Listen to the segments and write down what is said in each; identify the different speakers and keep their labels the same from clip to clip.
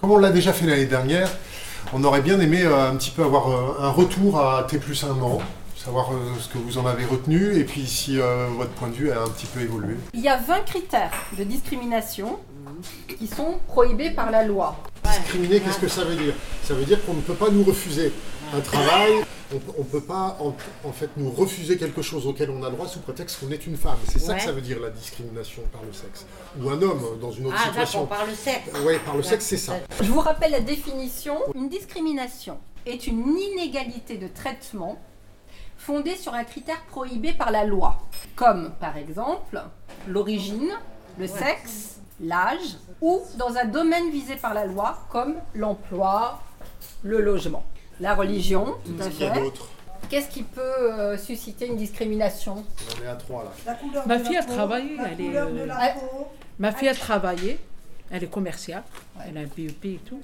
Speaker 1: Comme on l'a déjà fait l'année dernière, on aurait bien aimé euh, un petit peu avoir euh, un retour à T plus un moment, savoir euh, ce que vous en avez retenu et puis si euh, votre point de vue a un petit peu évolué.
Speaker 2: Il y a 20 critères de discrimination qui sont prohibés par la loi.
Speaker 1: Discriminer, qu'est-ce que ça veut dire Ça veut dire qu'on ne peut pas nous refuser un travail, on ne peut pas en, en fait nous refuser quelque chose auquel on a droit sous prétexte qu'on est une femme. C'est ça
Speaker 3: Ouais.
Speaker 1: que ça veut dire la discrimination par le sexe. Ou un homme euh, dans une autre
Speaker 3: Ah, d'accord,
Speaker 1: situation.
Speaker 3: par le sexe.
Speaker 1: Oui, par le sexe, c'est ça.
Speaker 2: Je vous rappelle la définition. Une discrimination est une inégalité de traitement fondée sur un critère prohibé par la loi, comme par exemple l'origine, le sexe, l'âge, ou dans un domaine visé par la loi, comme l'emploi, le logement, la religion, tout à
Speaker 1: Qu'est-ce qu'il y a
Speaker 2: fait.
Speaker 1: d'autre
Speaker 2: Qu'est-ce qui peut euh, susciter une discrimination
Speaker 1: On en est à trois là.
Speaker 4: La couleur
Speaker 5: Ma
Speaker 4: de
Speaker 5: fille
Speaker 4: la
Speaker 5: a
Speaker 4: peau,
Speaker 5: travaillé,
Speaker 4: La
Speaker 5: elle est,
Speaker 4: couleur de
Speaker 5: euh,
Speaker 4: la peau.
Speaker 5: Ma fille a travaillé, elle est commerciale, elle a un BEP et tout.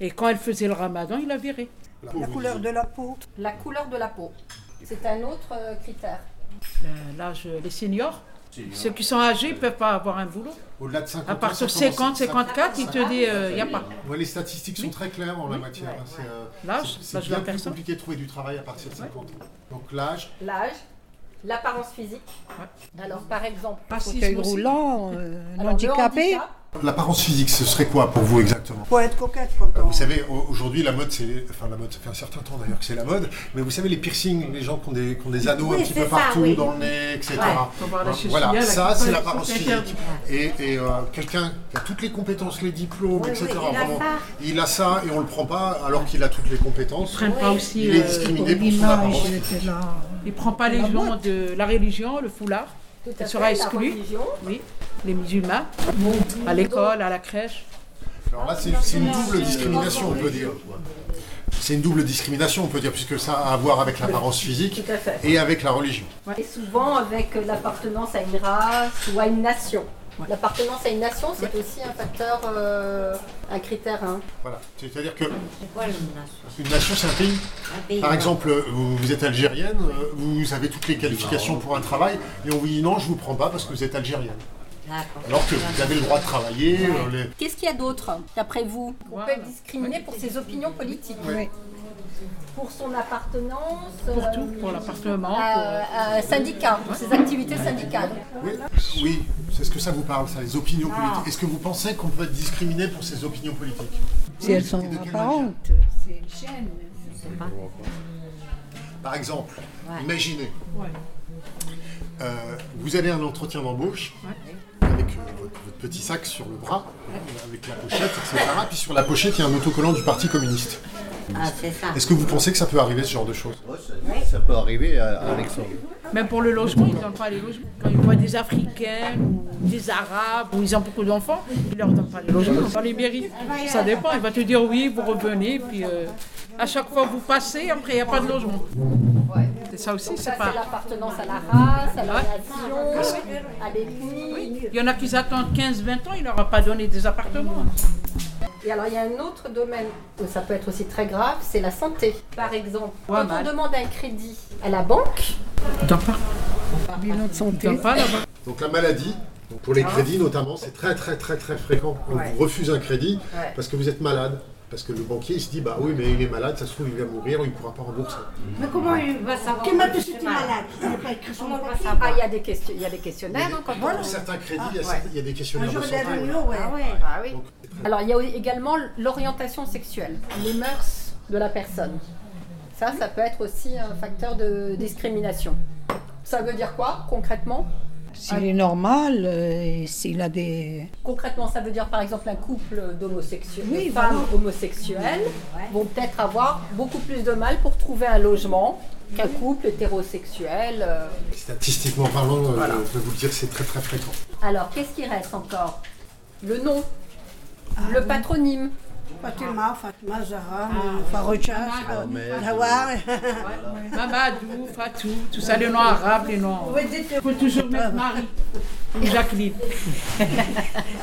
Speaker 5: Et quand elle faisait le ramadan, il l'a virée.
Speaker 1: La
Speaker 4: La
Speaker 1: pauvre
Speaker 4: couleur
Speaker 1: Lise.
Speaker 4: de la peau.
Speaker 2: La couleur de la peau, c'est un autre euh, critère.
Speaker 5: Ben, L'âge, les seniors, ceux qui sont âgés, ils ne peuvent pas avoir un boulot.
Speaker 1: Au-delà de 50
Speaker 5: À partir de 50, 54, ils te disent, il n'y a pas.
Speaker 1: Ouais, les statistiques sont très claires en la matière. hein. C'est, euh,
Speaker 5: L'âge,
Speaker 1: c'est-
Speaker 5: l'âge
Speaker 1: c'est
Speaker 5: de
Speaker 1: bien
Speaker 5: la
Speaker 1: plus
Speaker 5: personne.
Speaker 1: compliqué de trouver du travail à partir de 50 ans. Donc l'âge,
Speaker 2: L'âge, l'apparence physique. Alors par exemple,
Speaker 5: Racisme aussi.
Speaker 6: roulant, euh,
Speaker 2: alors, le handicap,
Speaker 1: l'apparence physique, ce serait quoi pour vous exactement
Speaker 4: Faut être coquette quand
Speaker 3: Ah,
Speaker 1: Euh,
Speaker 4: on.
Speaker 1: Vous savez, au- aujourd'hui, la mode, c'est. Enfin, la mode, ça fait un certain temps d'ailleurs que c'est la mode, mais vous savez, les piercings, les gens qui ont des, qui ont des anneaux un
Speaker 3: Oui,
Speaker 1: petit
Speaker 3: c'est
Speaker 1: peu
Speaker 3: ça,
Speaker 1: partout,
Speaker 3: oui.
Speaker 1: dans le nez, etc.
Speaker 5: Faut voir la chaussure,
Speaker 1: voilà,
Speaker 5: la
Speaker 1: ça,
Speaker 5: coupe,
Speaker 1: c'est
Speaker 5: la
Speaker 1: l'apparence
Speaker 5: coupe
Speaker 1: physique.
Speaker 5: interdite.
Speaker 1: Et, et, euh, quelqu'un qui a toutes les compétences, les diplômes,
Speaker 3: Oui,
Speaker 1: etc.
Speaker 3: oui, il
Speaker 1: il
Speaker 3: a ça.
Speaker 1: a ça et on le prend pas alors qu'il a toutes les compétences.
Speaker 5: Ils prennent pas aussi,
Speaker 1: Il est
Speaker 5: euh,
Speaker 1: discriminé pour son apparence.
Speaker 5: ils prennent pas les gens de la religion, le foulard,
Speaker 2: tout à
Speaker 5: Elle
Speaker 2: fait,
Speaker 5: sera
Speaker 2: la
Speaker 5: exclue.
Speaker 2: religion.
Speaker 5: oui, les musulmans, à l'école, à la crèche.
Speaker 1: Alors là, c'est c'est une double discrimination, on peut dire. C'est une double discrimination, on peut dire, puisque ça a à voir avec l'apparence physique
Speaker 2: Tout à fait.
Speaker 1: et avec la religion.
Speaker 2: Et souvent avec euh, l'appartenance à une race ou à une nation. L'appartenance à une nation, c'est aussi un facteur, euh, un critère. hein.
Speaker 1: Voilà. C'est-à-dire que
Speaker 3: C'est quoi le nation
Speaker 1: une nation, c'est un pays.
Speaker 3: Un pays.
Speaker 1: Par exemple, euh, vous, vous êtes algérienne, euh, vous avez toutes les qualifications pour un travail, et on vous dit non, je vous prends pas parce que vous êtes algérienne.
Speaker 3: D'accord.
Speaker 1: Alors que vous avez le droit de travailler. euh, les-
Speaker 2: Qu'est-ce qu'il y a d'autre, d'après vous On
Speaker 5: Voilà.
Speaker 2: peut être discriminé pour ses opinions politiques, pour son appartenance,
Speaker 5: Pour
Speaker 2: euh,
Speaker 5: tout, pour l'appartement. pour, euh,
Speaker 2: à, à un syndicat, pour ses activités syndicales.
Speaker 1: Oui, oui, c'est ce que ça vous parle, ça, les opinions politiques. Est-ce que vous pensez qu'on peut être discriminé pour ses opinions politiques
Speaker 6: Si elles sont
Speaker 1: Et de quelle manière
Speaker 6: apparentes.
Speaker 1: Par exemple,
Speaker 3: Ouais.
Speaker 1: imaginez,
Speaker 5: Ouais.
Speaker 1: euh, vous allez à un entretien d'embauche avec euh, votre, votre petit sac sur le bras, euh, avec la pochette, etc. Puis sur la pochette, il y a un autocollant du Parti communiste.
Speaker 3: Ah, c'est ça.
Speaker 1: Est-ce que vous pensez que ça peut arriver, ce genre de choses
Speaker 7: Ça peut arriver à à Alexandre.
Speaker 5: Même pour le logement, ils ne donnent pas les logements. Quand ils voient des Africains ou des Arabes où ils ont beaucoup d'enfants, ils ne leur donnent pas les logements. Dans les mairies, ça dépend. Il va te dire oui, vous revenez, puis euh, à chaque fois vous passez, après il n'y a pas de logement. C'est ça aussi,
Speaker 2: Ça,
Speaker 5: c'est
Speaker 2: c'est
Speaker 5: pas.
Speaker 2: l'appartenance à la race, à la
Speaker 5: Ouais.
Speaker 2: nation, à l'ethnie.
Speaker 5: Il y en a qui attendent 15-20 ans, il ne leur a pas donné des appartements.
Speaker 2: Et alors, il y a un autre domaine où ça peut être aussi très grave, c'est la santé. Par exemple,
Speaker 5: Ouais,
Speaker 2: quand on
Speaker 5: mal.
Speaker 2: demande un crédit à la banque,
Speaker 5: Ils ne donnent pas.
Speaker 6: Bilan de
Speaker 5: Ils
Speaker 6: santé.
Speaker 5: donnent pas là-bas.
Speaker 1: Donc la maladie, donc pour les crédits notamment, c'est très très très très fréquent. On vous refuse un crédit
Speaker 2: Ouais.
Speaker 1: parce que vous êtes malade. Parce que le banquier, il se dit, bah oui, mais il est malade, ça se trouve, il va mourir, il ne pourra pas rembourser.
Speaker 3: Mais comment il va savoir
Speaker 4: Qui m'a
Speaker 3: que je
Speaker 4: touché,
Speaker 3: suis
Speaker 4: tu es malade. Il n'est pas écrit sur
Speaker 3: Comment
Speaker 4: mon
Speaker 3: il va
Speaker 4: papier.
Speaker 2: ah,
Speaker 3: savoir
Speaker 2: il y a des, questions, il y a des questionnaires. hein, quand on-
Speaker 1: Pour certains crédits, il y a,
Speaker 2: ouais.
Speaker 1: il y a des
Speaker 4: Un
Speaker 1: questionnaires
Speaker 4: jour,
Speaker 1: de
Speaker 4: il est
Speaker 1: santé.
Speaker 4: venu, ouais.
Speaker 3: Ah ouais.
Speaker 2: Ah oui.
Speaker 1: Donc,
Speaker 2: Alors, il y a également l'orientation sexuelle, les mœurs de la personne. Ça, ça peut être aussi un facteur de discrimination. Ça veut dire quoi concrètement
Speaker 6: S'il est normal, euh, et s'il a des.
Speaker 2: Concrètement, ça veut dire par exemple un couple d'homosexuels,
Speaker 6: Oui,
Speaker 2: de femmes
Speaker 6: voilà.
Speaker 2: homosexuelles vont peut-être avoir beaucoup plus de mal pour trouver un logement qu'un couple hétérosexuel. euh.
Speaker 1: statistiquement parlant, euh, je peux vous le dire, c'est très très fréquent.
Speaker 2: Alors, qu'est-ce qui reste encore Le nom, le patronyme.
Speaker 4: Fatima, Fatima,
Speaker 6: Ah,
Speaker 4: euh, Zahra, Faroucha, Hawa.
Speaker 5: Mamadou, Fatou, tout ça, les noms arabes, les noms. Il faut toujours mettre Marie ou Jacqueline.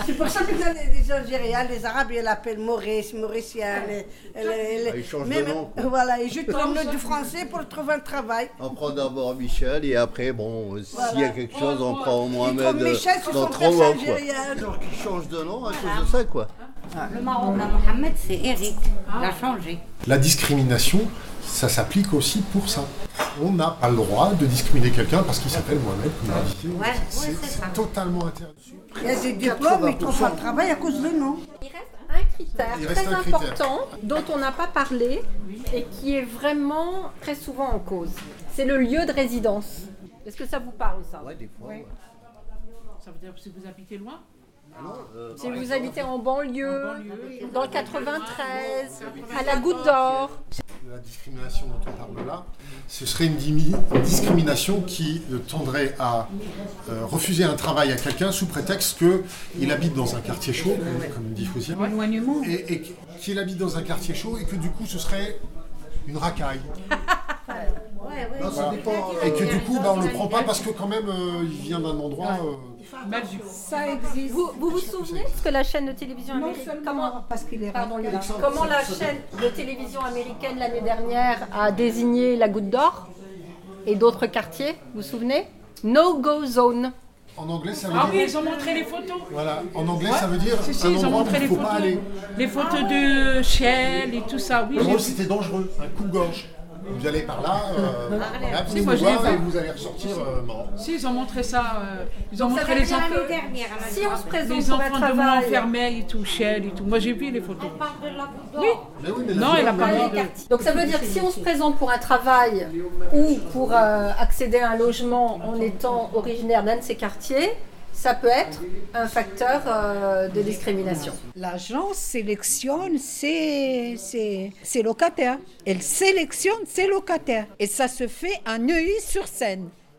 Speaker 4: C'est pour ça que dans les, les Algériens, les Arabes, ils l'appellent Maurice, Mauricien. les- les- les-
Speaker 7: Ah, ils changent de
Speaker 4: même-
Speaker 7: nom, quoi.
Speaker 4: Voilà, ils jettent le nom du français pour trouver un travail.
Speaker 7: On prend d'abord Michel et après, bon, euh, s'il y a quelque chose, on prend
Speaker 4: Ils
Speaker 7: Mohamed
Speaker 4: trouvent
Speaker 7: euh,
Speaker 4: Michel, ce
Speaker 7: dans
Speaker 4: sont
Speaker 7: trois
Speaker 4: des
Speaker 7: mois, quoi.
Speaker 4: Algériens.
Speaker 7: Genre qui change de nom à cause de ça, quoi.
Speaker 3: Le Maroc Ah. à Mohamed, c'est Eric. Il a changé.
Speaker 1: La discrimination, ça s'applique aussi pour ça. On n'a pas le droit de discriminer quelqu'un parce qu'il s'appelle Mohamed. comme on dit.
Speaker 3: Ouais, ouais,
Speaker 1: C'est-
Speaker 3: c'est ça.
Speaker 1: c'est totalement interdit.
Speaker 4: Il y a des diplômes, mais ils ne trouvent pas de travail à cause de nous.
Speaker 2: Il reste un critère
Speaker 1: Il reste
Speaker 2: très
Speaker 1: un critère.
Speaker 2: important dont on n'a pas parlé et qui est vraiment très souvent en cause. C'est le lieu de résidence. Est-ce que ça vous parle ça
Speaker 7: Ouais, des fois. ouais.
Speaker 5: Ça veut dire que si vous habitez loin
Speaker 2: Si vous habitez en banlieue,
Speaker 5: banlieue.
Speaker 2: dans le 93, à la Goutte d'Or,
Speaker 1: La discrimination dont on parle là, ce serait une dimi- une discrimination qui euh, tendrait à euh, refuser un travail à quelqu'un sous prétexte qu'il habite dans un quartier chaud, comme- comme dit Fauzière,
Speaker 6: Éloignement.
Speaker 1: et, et qu'il habite dans un quartier chaud et que du coup ce serait une racaille. Non, ça dépend. Et que du coup bah, on ne le prend pas parce que quand même euh, il vient d'un endroit. euh,
Speaker 5: Belgique.
Speaker 6: Ça existe.
Speaker 2: vous vous, vous souvenez de ce que la chaîne de télévision
Speaker 6: Non
Speaker 2: américaine
Speaker 6: seulement
Speaker 2: comment,
Speaker 6: parce qu'il est
Speaker 2: pardon,
Speaker 6: raccord.
Speaker 2: le- comment la chaîne de télévision américaine l'année dernière a désigné la Goutte d'Or et d'autres quartiers, vous vous souvenez No-go zone.
Speaker 1: En anglais, ça veut
Speaker 5: Ah oui,
Speaker 1: dire.
Speaker 5: ils ont montré les photos.
Speaker 1: Voilà, en anglais, ça veut dire
Speaker 5: Si, si,
Speaker 1: un
Speaker 5: ils ont
Speaker 1: endroit où il
Speaker 5: montré
Speaker 1: ne
Speaker 5: les
Speaker 1: faut
Speaker 5: photos.
Speaker 1: pas aller.
Speaker 5: Les photos de Shell et tout ça, oui.
Speaker 1: En
Speaker 5: j'ai
Speaker 1: gros,
Speaker 5: vu.
Speaker 1: c'était dangereux, un coup-gorge. Vous allez par là, euh, là, vous
Speaker 5: Si, moi, je
Speaker 1: voir
Speaker 5: l'ai
Speaker 1: et
Speaker 5: vu.
Speaker 1: vous allez ressortir euh, mort.
Speaker 5: Si, ils ont montré ça. euh, ils ont
Speaker 3: Ça
Speaker 5: montré
Speaker 3: fait
Speaker 5: les
Speaker 3: bien
Speaker 5: enfants.
Speaker 3: l'année dernière. elle a
Speaker 2: Si
Speaker 3: dit,
Speaker 2: on se présente
Speaker 5: Les
Speaker 2: pour un
Speaker 5: enfants de moi
Speaker 2: travail,
Speaker 5: enfermés et tout, Shell et tout. Moi, j'ai vu les photos.
Speaker 3: On parle de la Goutte d'Or.
Speaker 1: Mais oui, mais
Speaker 5: Non,
Speaker 1: la
Speaker 5: elle a
Speaker 1: plupart-
Speaker 5: parlé de.
Speaker 2: Donc ça veut dire que si on se présente pour un travail ou pour euh, accéder à un logement en étant originaire d'un de ces quartiers, ça peut être un facteur euh, de discrimination.
Speaker 6: L'agence sélectionne ses, ses- ses locataires. Elle sélectionne ses locataires. Et ça se fait à Neuilly-sur-Seine.